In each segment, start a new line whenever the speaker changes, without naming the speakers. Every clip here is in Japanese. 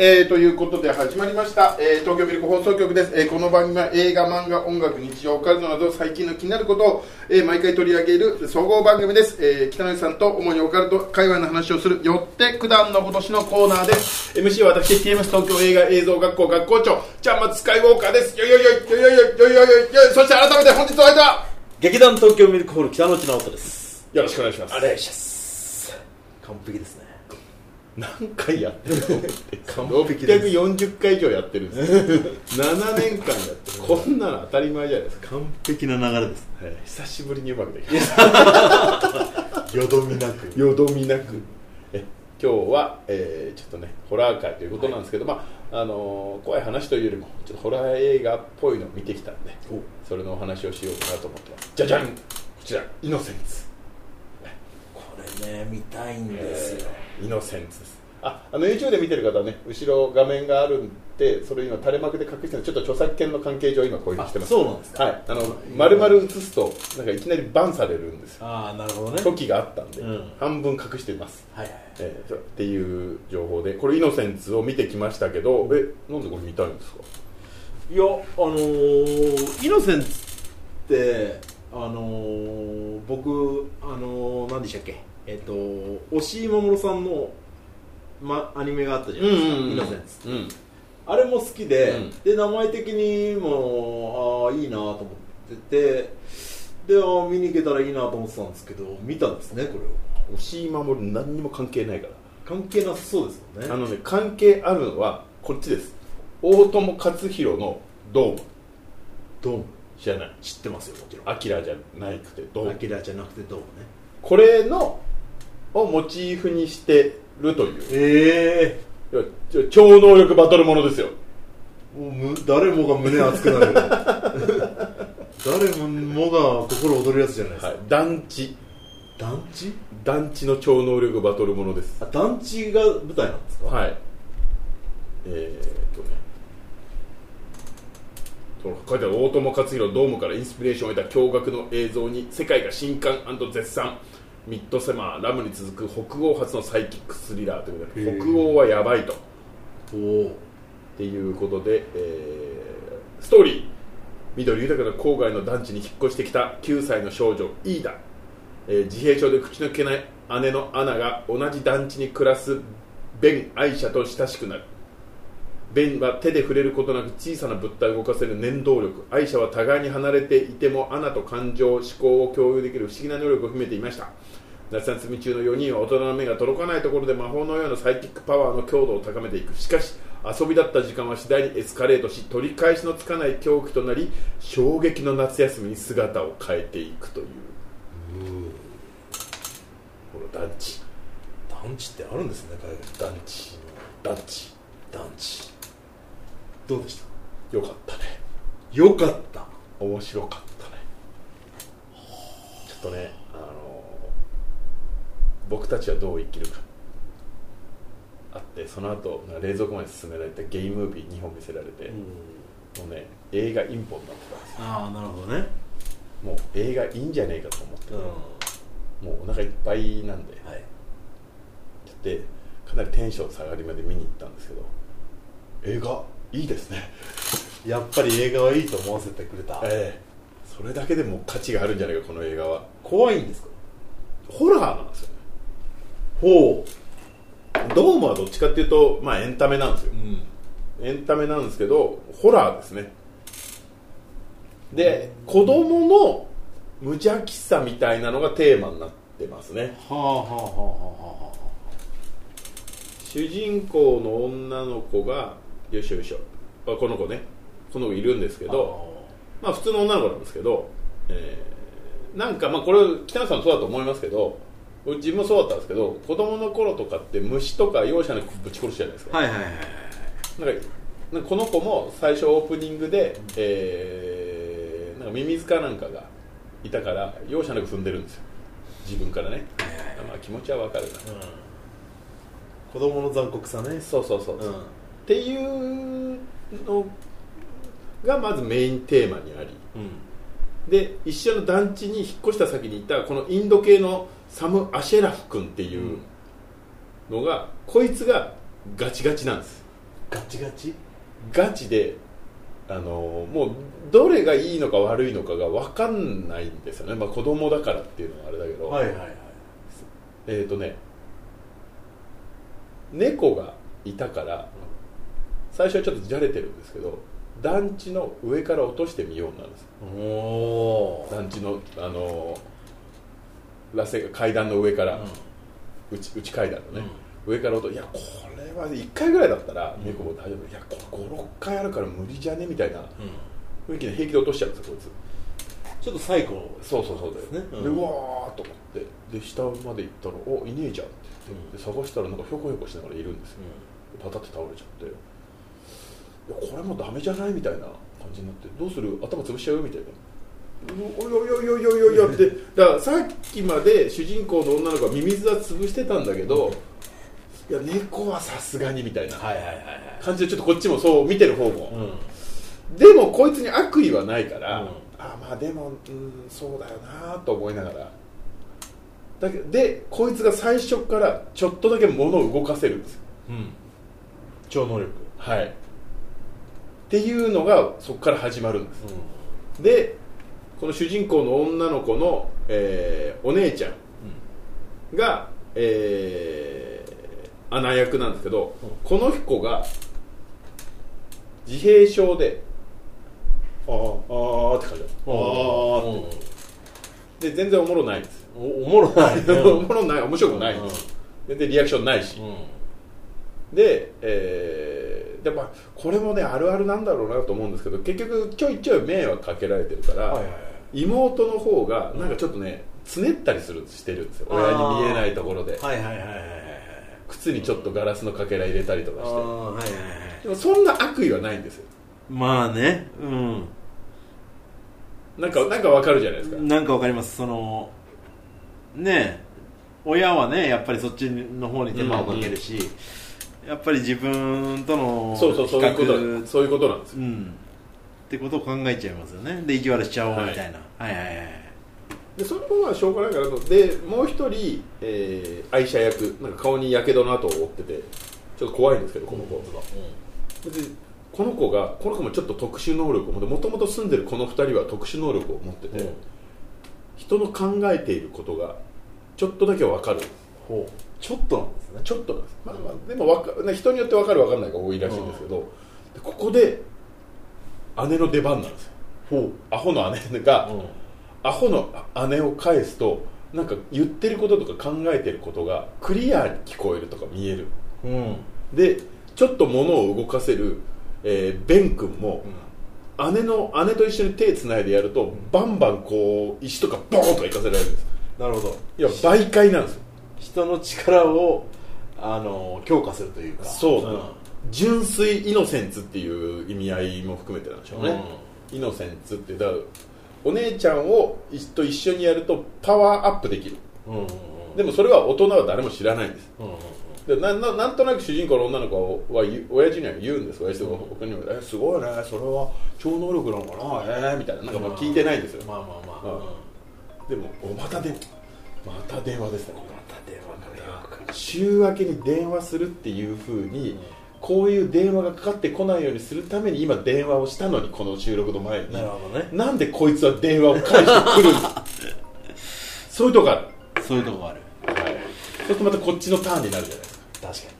えーということで始まりました、えー東京ビルク放送局です、えーこの番組は映画、漫画、音楽、日常、オカルトなど最近の気になることを、えー毎回取り上げる総合番組です、えー北野さんと主にオカルト界隈の話をするよって九段の今年のコーナーです MC は私 TMS 東京映画映像学校学校長ちゃんまつスカイウォーカーですよいよいよいよいよいよいよいよいよいよいそして改めて本日の相手は
劇団東京ミルクホール北野内直人です
よろしくお願いします
願いします完璧ですね
何回やってるの
完
640回以上やってるんですよ 7年間やってるこんなの当たり前じゃないですか、
完璧な流れです
はい久しぶりにうまくできた
よどみなく
よどみなくえ今日は、えーちょっとねホラー界ということなんですけど、まああのー怖い話というよりもちょっとホラー映画っぽいのを見てきたんでそれのお話をしようかなと思ってますじゃじゃんこちらイノセンス
これね見たいんですよ、
イノセンツですああの YouTube で見てる方はね後ろ画面があるんでそれ今垂れ幕で隠してるのちょっと著作権の関係上今こういうふうにしてます
あそうなんですか
はいあの丸々映すとなんかいきなりバンされるんですよ
ああなるほどね
時があったんで、
うん
半分隠してます、
はいはい
えーそうっていう情報でこれイノセンツを見てきましたけどえなんでこれ見たいんですか
いやあのー、イノセンツってあのー、僕あのー、何でしたっけえっ、と押井守さんの、ま、アニメがあったじゃないですか、イノセンツ
うんうん
あれも好きで、
うん
で名前的にもああいいなと思っててであー見に行けたらいいなと思ってたんですけど見たんですねこれを
押井守る何にも関係ないから
関係なさそうですもんね
あのね関係あるのはこっちです大友克洋のドーム
ドーム
知らない
知ってますよもちろん
アキラじゃないくてど
ア
う
キラじゃなくてドームね
これのをモチーフにしてるという
え
要は超能力バトルものですよ
えもうむ誰もが胸熱く なる誰もが心躍るやつじゃないですか、
はい団地
団地
団地の超能力バトルものです
あ団地が舞台なんですか、
はいえー、っとねその書いてある大友克洋ドームからインスピレーションを得た驚愕の映像に世界が新刊絶賛ミッドセマーラムに続く北欧発のサイキックスリラーということ
へ
で
ー
北欧はやばいと
おお
っていうことで、えーストーリー緑豊かな郊外の団地に引っ越してきた9歳の少女イーダ、えー自閉症で口の利けない姉のアナが同じ団地に暮らすベン・アイシャと親しくなるベンは手で触れることなく小さな物体を動かせる念動力アイシャは互いに離れていてもアナと感情思考を共有できる不思議な能力を秘めていました夏休み中の4人は大人の目が届かないところで魔法のようなサイキックパワーの強度を高めていくしかし遊びだった時間は次第にエスカレートし取り返しのつかない狂気となり衝撃の夏休みに姿を変えていくというこの団地
団地ってあるんですね海外
団地団地
団地どうでした
よかったね
よかった
面白かったねちょっとねあの僕たちはどう生きるかあってその後冷蔵庫まで進められてゲイムービー2本見せられて、もうね映画インポになってたんですよ
ああなるほどね
もう映画いいんじゃねえかと思って、
うん
もうお腹いっぱいなんで
はい
でかなりテンション下がりまで見に行ったんですけど映画いいですね
やっぱり映画はいいと思わせてくれた
ええそれだけでもう価値があるんじゃないかこの映画は
怖いんですか
ホラーなんですよね
ほ
ドームはどっちかっていうと、まあ、エンタメなんですよ
ううん
エンタメなんですけどホラーですねで子供の無邪気さみたいなのがテーマになってますね
はあはあはあはあは
主人公の女の子がよいしょよいしょあこの子ねこの子いるんですけ
あ
どまあ普通の女の子なんですけど、えーなんかまあこれ北野さんもそうだと思いますけど自分もそうだったんですけど子供の頃とかって虫とか容赦なくぶち殺すじゃないですか
はいはいはいはい
なんかなんかこの子も最初オープニングで、えーなんかミミズかなんかがいたから容赦なく踏んでるんですよ自分からね、まあ、気持ちはわかるな
うん子供の残酷さね
そうそうそう、
う
っ
ん
ていうのがまずメインテーマにあり
うん
で一緒の団地に引っ越した先にいたこのインド系のサム・アシェラフ君っていうのが、こいつがガチガチなんです
ガチガチ
ガチであのもうどれがいいのか悪いのかが分かんないんですよね、まあ、子供だからっていうのはあれだけど、
はいはいはい
えっ、とね猫がいたから最初はちょっとじゃれてるんですけど団地の上から落としてみようになるんですよ
おお
団地のあのらせが階段の上から、うちうち階段のね、上から落といやこれは1回ぐらいだったら
うん
猫も大丈夫、いやこれ56回あるから無理じゃねみたいな雰囲気で平気で落としちゃうんですよこいつ
ちょっと最高
そうそうそう
です
だ
ね
よ、
うん
でうわーっと思ってで下まで行ったら「おいねえじゃん」って言って、で探したらなんかひょこひょこしながらいるんですよパタって倒れちゃっていやこれもうダメじゃないみたいな感じになってどうする頭潰しちゃうみたいな「おいおいおいおいおいおいおい」ってだからさっきまで主人公の女の子はミミズは潰してたんだけど、いや猫はさすがにみたいな
はいはいはいはい
感じでちょっとこっちもそう見てる方も、
ん
でもこいつに悪意はないから、
うん
あまあでも、うん、そうだよなと思いながらだけでこいつが最初からちょっとだけ物を動かせるんですよ
うん超能力
はいっていうのがそこから始まるんですでこの主人公の女の子の、えーお姉ちゃんが、えーアナ役なんですけど、
うん
この子が自閉症であーあーって感じだ
あ
あ
あ
ーってで全然おもろないんですよ
おおもろない
おもろない面白くないんですよ全然リアクションないし、で,、えーでまあ、これもねあるあるなんだろうなと思うんですけど結局ちょいちょい迷惑かけられてるから、
はいはいはい
妹の方がなんかちょっとねつねったりするしてるんですよ親に見えないところで
はいはいはいはいはいはい
靴にちょっとガラスのかけら入れたりとか
あ
して
あはいはいはい
でもそんな悪意はないんですよ
まあねうん
なんかなんかわかるじゃないですか、
なんかわかりますそのねえ親はねやっぱりそっちの方に手間をかけるし、やっぱり自分との
そうそうそういうこ
比
と
較
そういうことなんですよ
うんってことを考えちゃいますよねで意地悪しちゃおうみたいな、はい、はいはい
でその子はしょうがないからとでもう一人、えー愛車役なんか顔にやけどの跡を負っててちょっと怖いんですけどこの子、別にこの子がこの子もちょっと特殊能力を持ってもともと住んでるこの2人は特殊能力を持ってて、
うん
人の考えていることがちょっとだけ分かる
ほうちょっとなんですね
ちょっとなんです、まあまあ、でもわかね人によって分かる分かんないが多いらしいんですけど、でここで姉の出番なんですよ
ほ
アホの姉が、
う、
アホの姉を返すとなんか言ってることとか考えてることがクリアに聞こえるとか見える
うんうん
でちょっと物を動かせる、えーベン君も姉の姉と一緒に手つないでやるとバンバンこう石とかボーンとか行かせられるんです
なるほど
いや媒介なんですよ
人の力をあの強化するというか
そう、純粋イノセンツっていう意味合いも含めてなんでしょうね、イノセンツってだからお姉ちゃんをいと一緒にやるとパワーアップできる
うんうんうん
でもそれは大人は誰も知らないんです
うんうん
でなななんとなく主人公の女の子は言う親父には言うんです親父とか他にも「えすごいねそれは超能力なのかなえー」みたいななんかまあ聞いてないんですよ
まあまあまあ、
うんでもおまた電話また電話ですね
また電話か
週明けに電話するっていうふうに、こういう電話がかかってこないようにするために今電話をしたのにこの収録の前に
なるほどね
なんでこいつは電話を返してくるん だそういうとこがある、
そういうとこがある
はい、そうするとまたこっちのターンになるじゃないですか
確かに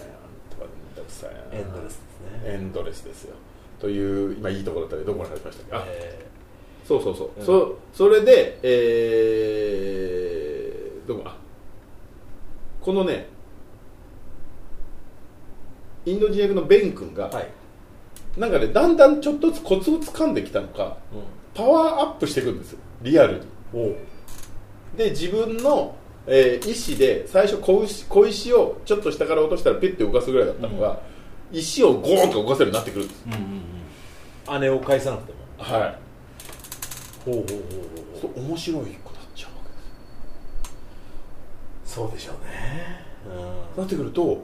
ねなんとかめんどくさいな
エンドレスですね
エンドレスですよという今いいところだったけどどこまで話しましたっけあ
え
そうそうそう、
うん
そそれでえー、どこあこのねインド人役のベン君が、
ーはい、
なんかねだんだんちょっとずつコツをつかんできたのかパワーアップしていくんですよリアルに
うん、おう
で自分の、えー意思で最初小石小石をちょっと下から落としたらピッて動かすぐらいだったのが、石をゴーンと動かせるようになってくるんです
うんうんうん姉を返さなくても
はい
ほうほうほうほう
そう面白い子だっちゃうわけです
そうでしょうね
なってくると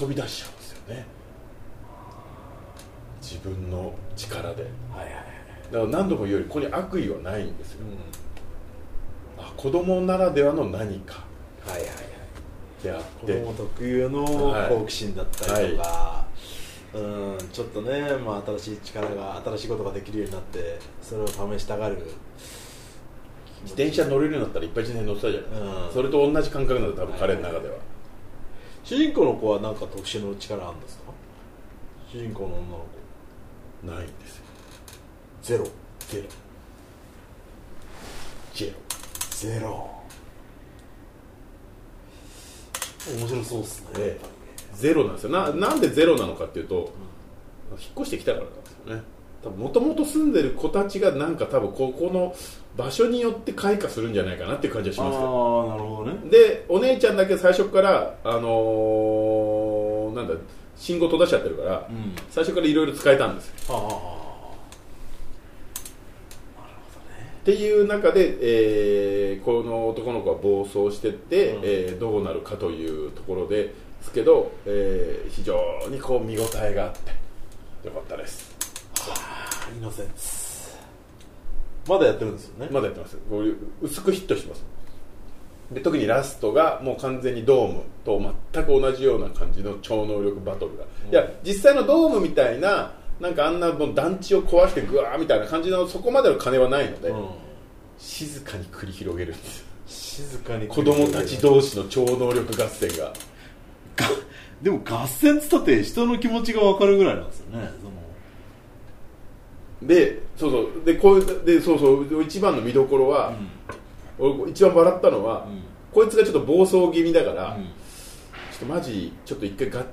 遊び出しちゃうんですよね自分の力で
うんはいはいはい
だから何度も言うよりここに悪意はないんですよ
うん
あ子供ならではの何か
はいはいはい
やっ
子
て
供特有の
はい
好奇心だったりとか、うん、ちょっとね、まあ、新しい力が新しいことができるようになってそれを試したがる
自転車乗れるようになったらいっぱい自転車乗ってたじゃない、
うん
それと同じ感覚なんだ多分彼の中では、
主人公の子は何か特殊の力あるんですか主人公の女の子
ないんですよ
ゼロ
ゼロジェロ
ゼロ面白そうっすね
ね
やっぱ
ゼロなんですよななんでゼロなのかっていうと、引っ越してきたからなんですよね多分もともと住んでる子たちがなんか多分ここの場所によって開花するんじゃないかなっていう感じがし
りね
ますよ
ああなるほどね
でお姉ちゃんだけ最初からあのーなんだ信号閉ざしちゃってるから、
うん
最初からいろいろ使えたんですよ
ああなるほ
っていう中で、えーこの男の子は暴走してって、
うん
えーどうなるかというところですけど、えー非常にこう見応えがあってよかったです
どねイノセンスまだやってるんですよね、
まだやってますこういう薄くヒットしてますで特にラストがもう完全にドームと全く同じような感じの超能力バトルが、いや実際のドームみたいななんかあんなもう団地を壊してグワーみたいな感じのそこまでの金はないので、
うん、
静かに繰り広げるんですよ
静かに
子供たち同士の超能力合戦が
がでも合戦つったって人の気持ちが分かるぐらいなんですよね
でそうそうでこういうでそうそう一番の見どころ
そ
は
の、、
俺一番笑ったのは、
うん
こいつがちょっと暴走気味だから、
う
ちょ
ん
っとマジちょっと一回がっ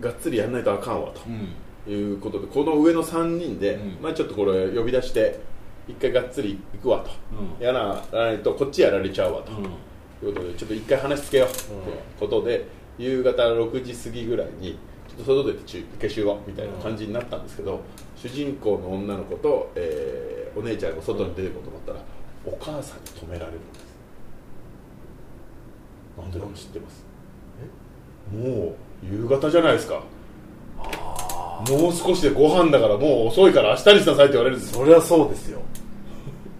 がっつりやんないとあかんわと、
う
い
ん
うことでこの上の3人で、
うん
まあ、ちょっとこれ呼び出して一回がっつり行くわと、
うん
やらないとこっちやられちゃうわと、
うん
ということでちょっと一回話つけようってことで、夕方6時過ぎぐらいにちょっと外出て中継しようみたいな感じになったんですけど、主人公の女の子と、えーお姉ちゃんが外に出てこうと思ったら、お母さんに止められるんですなんでかも知ってますもう夕方じゃないですかもう少しでご飯だからもう遅いから明日にしなさいって言われるんです
そりゃそうですよ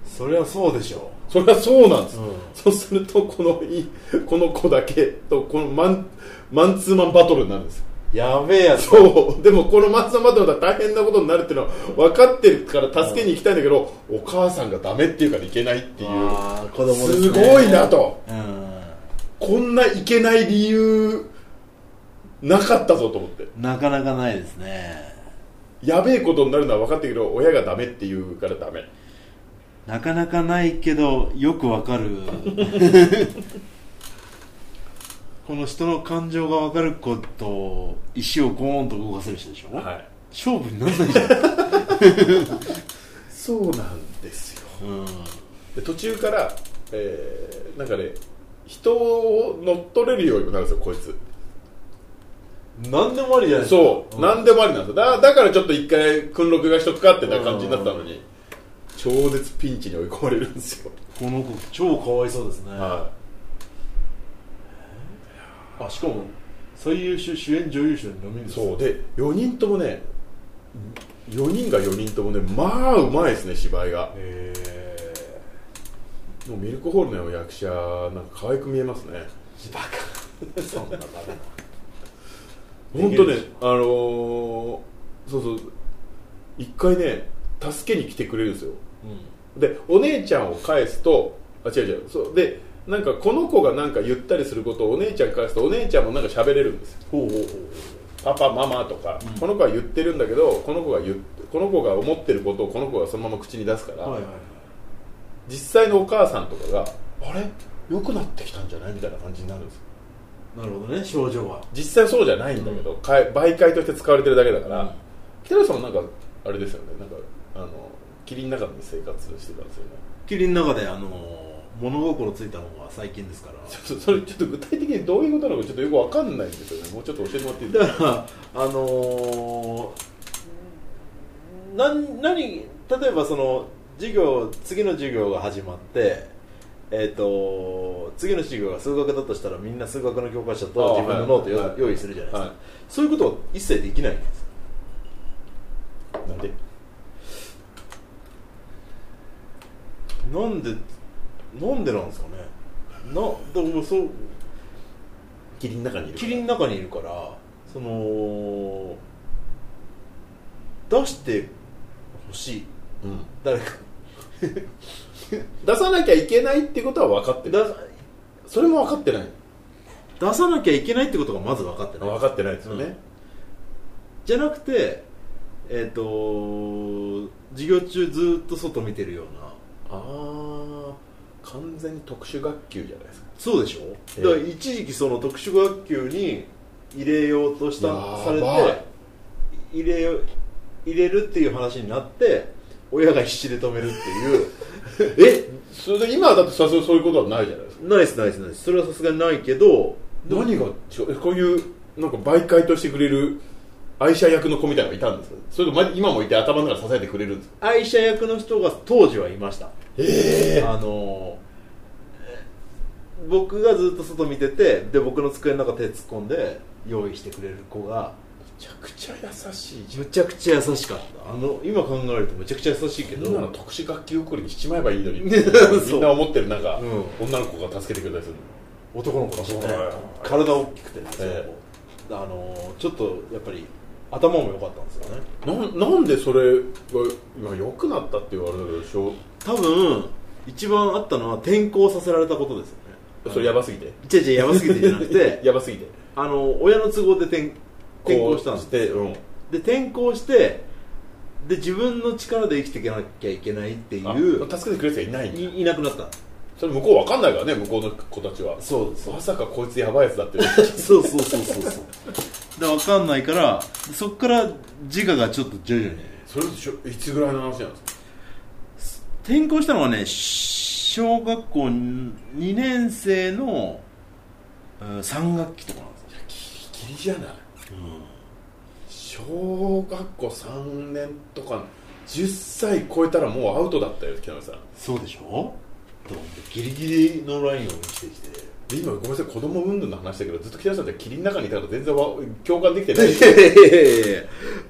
そりゃそうでしょ
それはそうなんです、
うん
そうするとこのいこの子だけとこのマンマンツーマンバトルになるんです
やべえやつ
そうでもこのマンツーマンバトルだったら大変なことになるっていうのは分かってるから助けに行きたいんだけど、お母さんがダメっていうからいけないっていう
あー子供です
す
ね
ごいなと
うん
こんないけない理由なかったぞと思って
なかなかないですね
やべえことになるのは分かってるけど親がダメって言うからダメ
なかなかないけどよくわか るこの人の感情がわかる子と石をゴーンと動かせる人でしょ、
はい
勝負にならないじゃん、
そうなんですよ
うん、
で途中から、えーなんかね人を乗っ取れるようになるんですよこいつ
何でもありじゃないですか
そう、なん、何でもありなんですよだだからちょっと一回訓録がしとくかってな感じになったのに超絶ピンチに追い込まれるんですよ、
この子超かわいそうですね、
は
あしかも最優秀主演女優賞にノミネー
い、
ト
そうで4人ともね4人が4人ともねまあうまいですね芝居が
へ
もうミルクホールの役者なんか可愛く見えますね
えバカそんなバカな
本当ねあのーそうそう一回ね助けに来てくれるんですよ
う
でお姉ちゃんを返すとあ違う違うそうでなんかこの子がなんか言ったりすることをお姉ちゃん返すとお姉ちゃんもなんか喋れるんですよ
んほうほうほう
パパママとか、
うん
この子は言ってるんだけどこの子が言っこの子が思ってることをこの子がそのまま口に出すから、
はいはいはい
実際のお母さんとかがあれ良くなってきたんじゃないみたいな感じになるんですよ
なるほどね症状は
実際そうじゃないんだけど、かい媒介として使われてるだけだから、
うん
北野さんもなんかあれですよねなんかあの霧の中で生活してたんですよね
霧の中であのー物心ついたのが最近ですから
ちょっとそれちょっと具体的にどういうことなのかちょっとよくわかんないんですよねもうちょっと教えてもらっていいです
だ
か
からあのー、なん何例えばその授業次の授業が始まってえー、と次の授業が数学だとしたらみんな数学の教科書と
あー
自分のノートよ、
はい
用意するじ ゃないですか、
は
そういうことは一切できないんです
いなんで
なんでなんでなんですかねなでもそう
霧の中にいる
霧の中にいるからその出してほしい
うん
誰か
出さなきゃいけないってことは分かって
出
る
さ
それも分かってない
出さなきゃいけないってことがまず分かってない
分かってないですよね、
じゃなくてえっ、と授業中ずっと外見てるような
ああ完全に特殊学級じゃないですか
そうでしょ、
ええ
だから一時期その特殊学級に入れようとした
やばい
されて入れよ入れるっていう話になって親が必死で止めるっていう
えそれで今だってさそうそういうことはないじゃないですか
ナイスナイスナイスそれはさすがにないけど
何が違うえこういうなんか媒介としてくれる愛車役の子みたいなのがいたんですかそれともま今もいて頭の中で支えてくれるんですか
愛車役の人が当時はいました
え
あのー僕がずっと外見ててで僕の机の中手突っ込んで用意してくれる子が
めちゃくちゃ優しいじ
むちゃくちゃ優しかったあの今考えるとむちゃくちゃ優しいけ
ゃん
ど
そんなの特殊学級送りにしちまえばいいのに
そう
みんな思ってる中、
う
女の子が助けてくれたりする
男の子だしね
そうだよ
体大きくてね、
え
その子あのーちょっとやっぱり頭も良かったんですよね
なんなんでそれが今良くなったって言われるでしょ
多分一番あったのは転校させられたことですよね
それやばすぎて
ちゃちゃやばすぎてじゃな くて
やばすぎて
あの親の都合で転転校したん
こ
で
うし
す
てうん
で転校してで自分の力で生きていかなきゃいけないっていう
あ助けてくれる人がいないんだ
いいなくなった
それ向こう分かんないからね向こうの子たちは
そうそ
まさかこいつやばいやつだって
そうそうそうそうそうだ分かんないからそっから自我がちょっと徐々に
それでしょいつぐらいの話なんですか
転校したのはね小学校2年生の3学期とかなんですよ
ギリギリじゃない、小学校3年とか10歳超えたらもうアウトだったよ北野さん
そうでしょと思ってギリギリのラインを生きてきて
で今ごめんなさい子供運動の話だけどずっと北野さんって霧の中にいたから全然わ共感で きてない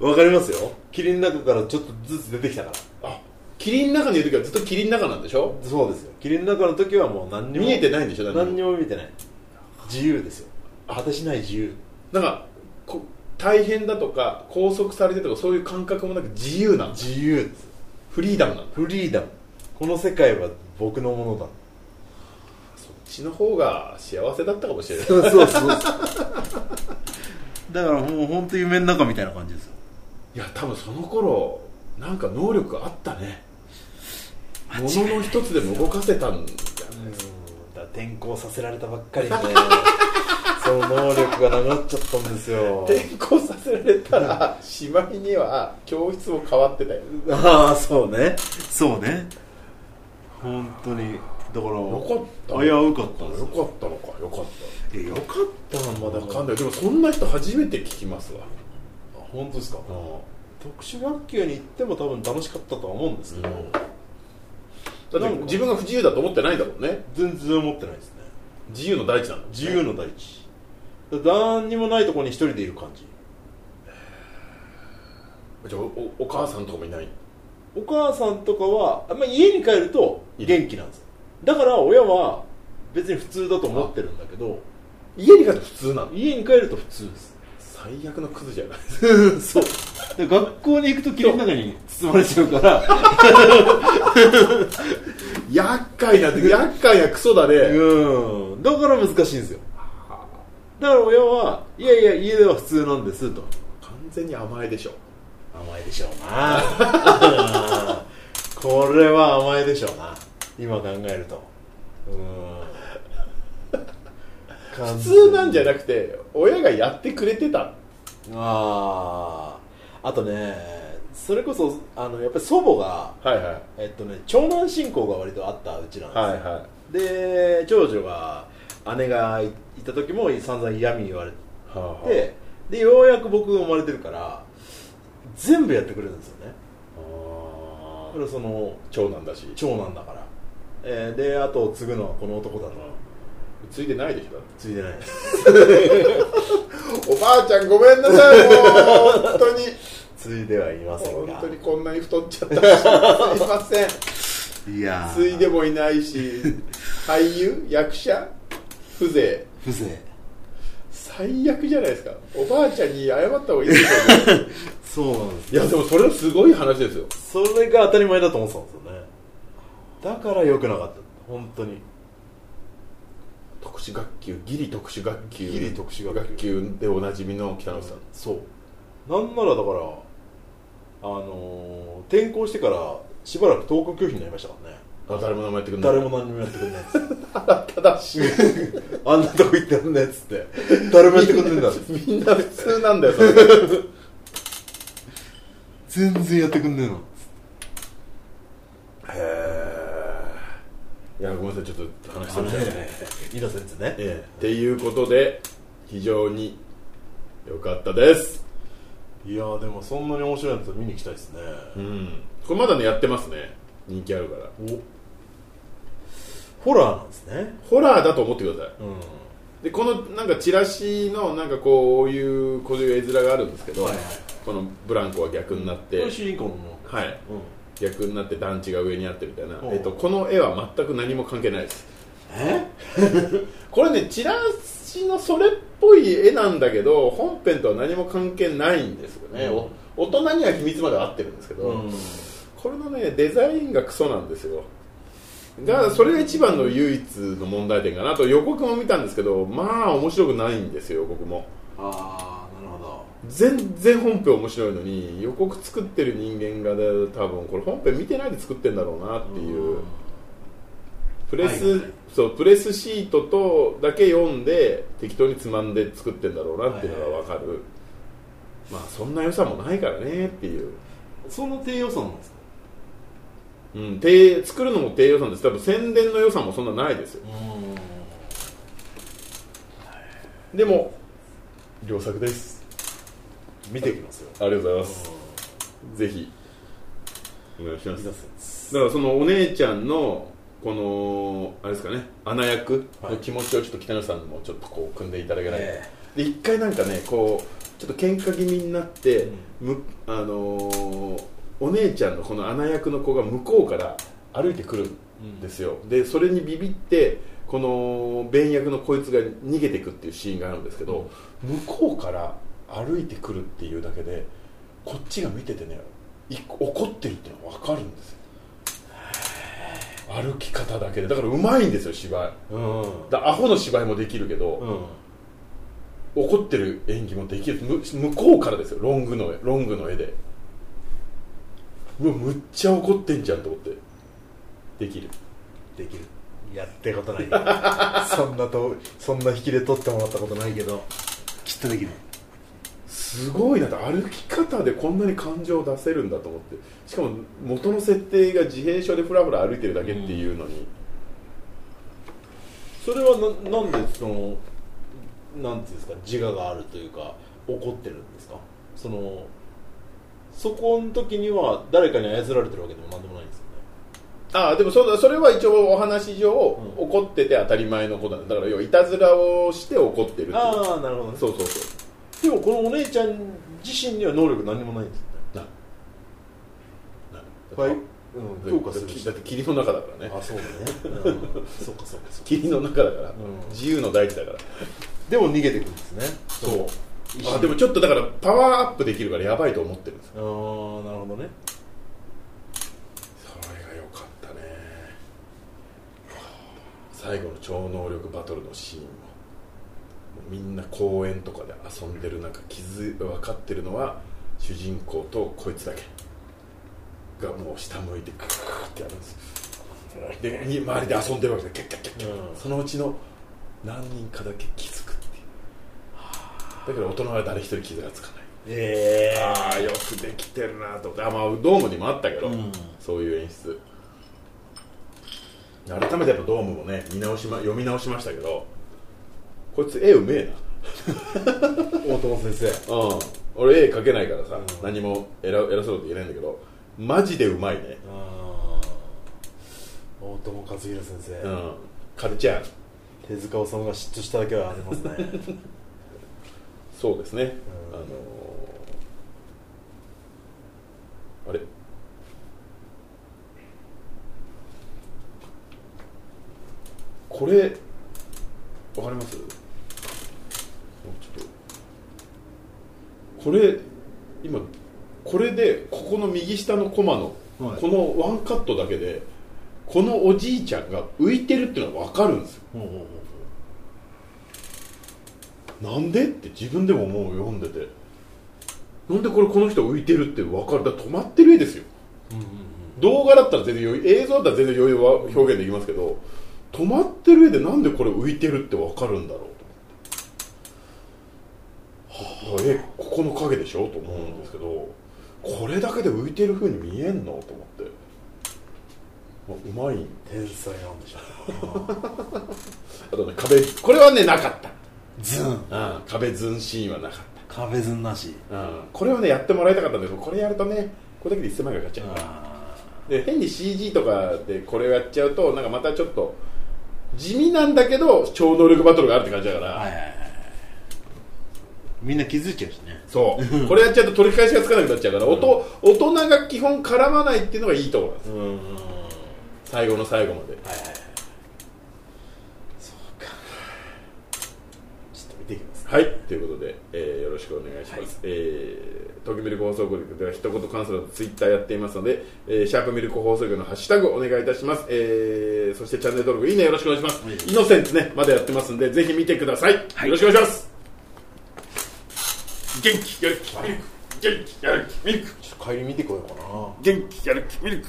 わかりますよ霧の中からちょっとずつ出てきたから
あ霧の中にいる時はずっと霧の中なんでしょ
そうですよ霧の中の時はもう何にも
見えてないんでしょ何にも
何にも見えてない自由ですよ果てしない自由
なんかこ大変だとか拘束されてとかそういう感覚もなく自由なんだ
自由です
フリーダムなんだ
フリーダムこの世界は僕のものだ
そっちの方が幸せだったかもしれない
そうそうそうだからもう本当夢の中みたいな感じですよ
いや多分その頃なんか能力あったねも
間違い
のの一つでも動かせたんだ
だから転校させられたばっか りでその能力がなくなっちゃったんですよ
転校させられたらしまいには教室も変わってたよ
ああそうねそうね本当にだから
よかった
危うかったんです
よかったのかよかっ
いやよかったなま
たわ
だ
かんないでもそんな人初めて聞きますわ
本当ですか
うん
特殊学級に行っても多分楽しかったとは思うんですけど、
うんだって自分が不自由だと思ってないんだもんね
全然思ってないですね
自由の大地なんだもんね
自由の第一何にもないところに一人でいる感じ
じゃあおお母さんとかもいない
お母さんとかはあんまり家に帰ると元気なんですよだから親は別に普通だと思ってるんだけど
家に帰って普通なの
家に帰ると普通です
最悪のクズじゃない
そうで学校に行くと霧の中に包まれちゃうから
厄介な厄介なクソだね
うんだから難しいんですよだから親はいやいや家では普通なんですと
完全に甘えでしょ
甘いでしょうな これは甘いでしょうな今考えるとうーん
普通なんじゃ
い
なくて親がやってくれてた
あああとねそれこそあのやっぱり祖母が
はいはい
えっとね長男信仰が割とあったうちなんですよ、
はいは
で長女が姉がいた時も散々嫌み言われて
いはあ
ででようやく僕が生まれてるから全部やってくれるんですよねだからその
長男だし
長男だから、えーで後を継ぐのはこの男だと
ついてないでしょ
継い でないです
おばあちゃんごめんなさいもう本当に
継いではいませんが
本当にこんなに太っちゃったしすいません
いや
ついでもいないし俳優役者風情
風情
最悪じゃないですかおばあちゃんに謝った方がいいですよね
そうなんで す
いやでもそれはすごい話ですよ
それが当たり前だと思ってたんですよねだから良くなかった本当に
特殊学級ギリ特殊学級
ギリ特殊学級
でおなじみの北野さん、
そうなんならだからあのー転校してからしばらく登校拒否になりましたからね
あ誰も名前やってくんない
誰も何にもやってくれないっつって
正しい
あんなとこ行ってやんねえっつって誰もやってくれないんだっつって
みんな普通なんだよそれが
全然やってくんねえのっつって
へえいやごめんなさいちょっと話してみたいね
イノセンツね
ええっていうことで非常に良かったです
いやーでもそんなに面白いやつ見に行きたいですね、
うんこれまだねやってますね人気あるから
おホラーなんですね
ホラーだと思ってください
うん
でこのなんかチラシのなんかこういうこういう絵面があるんですけど、
はいはい
このブランコは逆になって、
これ主人公のもの
はい逆になって団地が上にあってみたいな、
おう
えっと、この絵は全く何も関係ないです
え
これねチラシのそれっぽい絵なんだけど本編とは何も関係ないんですよね、お大人には秘密までは合ってるんですけど、
うん
これのねデザインがクソなんですよがそれが一番の唯一の問題点かなあと予告も見たんですけどまあ面白くないんですよ予告も
ああなるほど
全然本編面白いのに予告作ってる人間がね多分これ本編見てないで作ってんだろうなっていう、プレス、
はいはい
そうプレスシートとだけ読んで適当につまんで作ってんだろうなっていうのがわかる、まあそんな良さもないからねっていう、
その低予算なんですか
うん、低作るのも低予算です多分宣伝の良さもそんなないですよでも良作です
見てきますよ
ありがとうございますぜひお願いしま
イ
す
ノセンス
だからそのお姉ちゃんのこのあれですかね穴役の気持ちをちょっと北野さんもちょっとこう組んでいただけないか、
え
で一回なんかねこうちょっと喧嘩気味になって、むあのーお姉ちゃんのこの穴役の子が向こうから歩いてくるんですよ、でそれにビビってこの弁役のこいつが逃げてくっていうシーンがあるんですけど、向こうから歩いてくるっていうだけでこっちが見ててねい怒ってるっていうのが分かるんですよ歩き方だけでだからうまいんですよ芝居
うんうん
だアホの芝居もできるけど、
うん
怒ってる演技もできるむ向こうからですよロングの絵ロングの絵でうわむっちゃ怒ってんじゃんと思ってできる
できるやってことない そんなとそんな引きで取ってもらったことないけどきっとできる
すごいなって歩き方でこんなに感情を出せるんだと思ってしかも元の設定が自閉症でふらふら歩いてるだけっていうのに、
それはななんでそのなんていうんですか自我があるというか怒ってるんですかそのそこの時には誰かに操られてるわけでもなんでもないんですよね
ああでもそそれは一応お話上、
ん
怒ってて当たり前のことなんだだから要はいたずらをして怒ってるっていう
ああなるほどね
そうそうそう
でもこのお姉ちゃん自身には能力何にもないんですよね
なな
はい、
だ
強化する
だって霧の中だからね
あ そうだね、うん、そうかそうかそうか
霧の中だから、
うん
自由の大地だから
でも逃げてくるんですね
そう
一緒に
あでもちょっとだからパワーアップできるからやばいと思ってるんです
ああなるほどね
それが良かったね最後の超能力バトルのシーンももうみんな公園とかで遊んでる中気づ分かってるのは主人公とこいつだけがもう下向いてクーってやるんですでに周りで遊んでるわけでキャッキャッキャッキャッ、
うん
そのうちの何人かだけ気づくっていうだけど大人は誰一人傷がつかない
ええ
ああよくできてるなと思ってあまあドームにもあったけど、
うん
そういう演出改めてやっぱドームもね見直し、ま、読み直しましたけどこいつ絵うめえ
大友先生
な、うん、俺絵描けないからさ、
うん
何も偉偉そうなこと言えないんだけどマジでうまいね、
あー大友克洋先生、
うん、カルチャー
手塚治虫が嫉妬しただけはあります ね
そうですね、
うん
あのーあれこれわかりますもうちょっこれ今これでここの右下のコマの、
はい
このワンカットだけでこのおじいちゃんが浮いてるっていうのは分かるんですよ
ほうほうほ
な
う
んでって自分でも思う読んでてなんでこれこの人浮いてるって分かるだから止まってる絵ですよ
ほう
動画だったら全然余裕映像だったら全然余裕は表現できますけど止まってる絵でなんでこれ浮いてるって分かるんだろうと思って、はあ、えここの影でしょと思うんですけど、これだけで浮いてる風に見えんのと思って、まあ、うまい
天才なんでしょうね
あとね壁これはねなかった、
ズン
うん、壁ずんシーンはなかっ
壁ズンなし
た、うん、これはねやってもらいたかったんだけどこれやるとねこれだけで1000万円かかっちゃうから
あ
で変に CG とかでこれをやっちゃうとなんかまたちょっと地味なんだけど超能力バトルがあるって感じだから、
あはいはいはいみんな気づいちゃうしね
そうこれやっちゃうと取り返しがつかなくなっちゃうから、音大人が基本絡まないっていうのがいいところなんです
うんはいはい
最後の最後まで
そうかちょっと見ていきます
はいということで、えーよろしくお願いします、えー東京ミルク放送局では一言感想だとツイッターやっていますので、えーシャープミルク放送局のハッシュタグお願いいたします、えーそしてチャンネル登録いいねよろしくお願いします、
はい
イノセンツねまだやってますんでぜひ見てください、よろしくお願いします元気やる気ミルク元気やる気ミルク
ちょっと帰り見てこようかな
元気やる気ミルク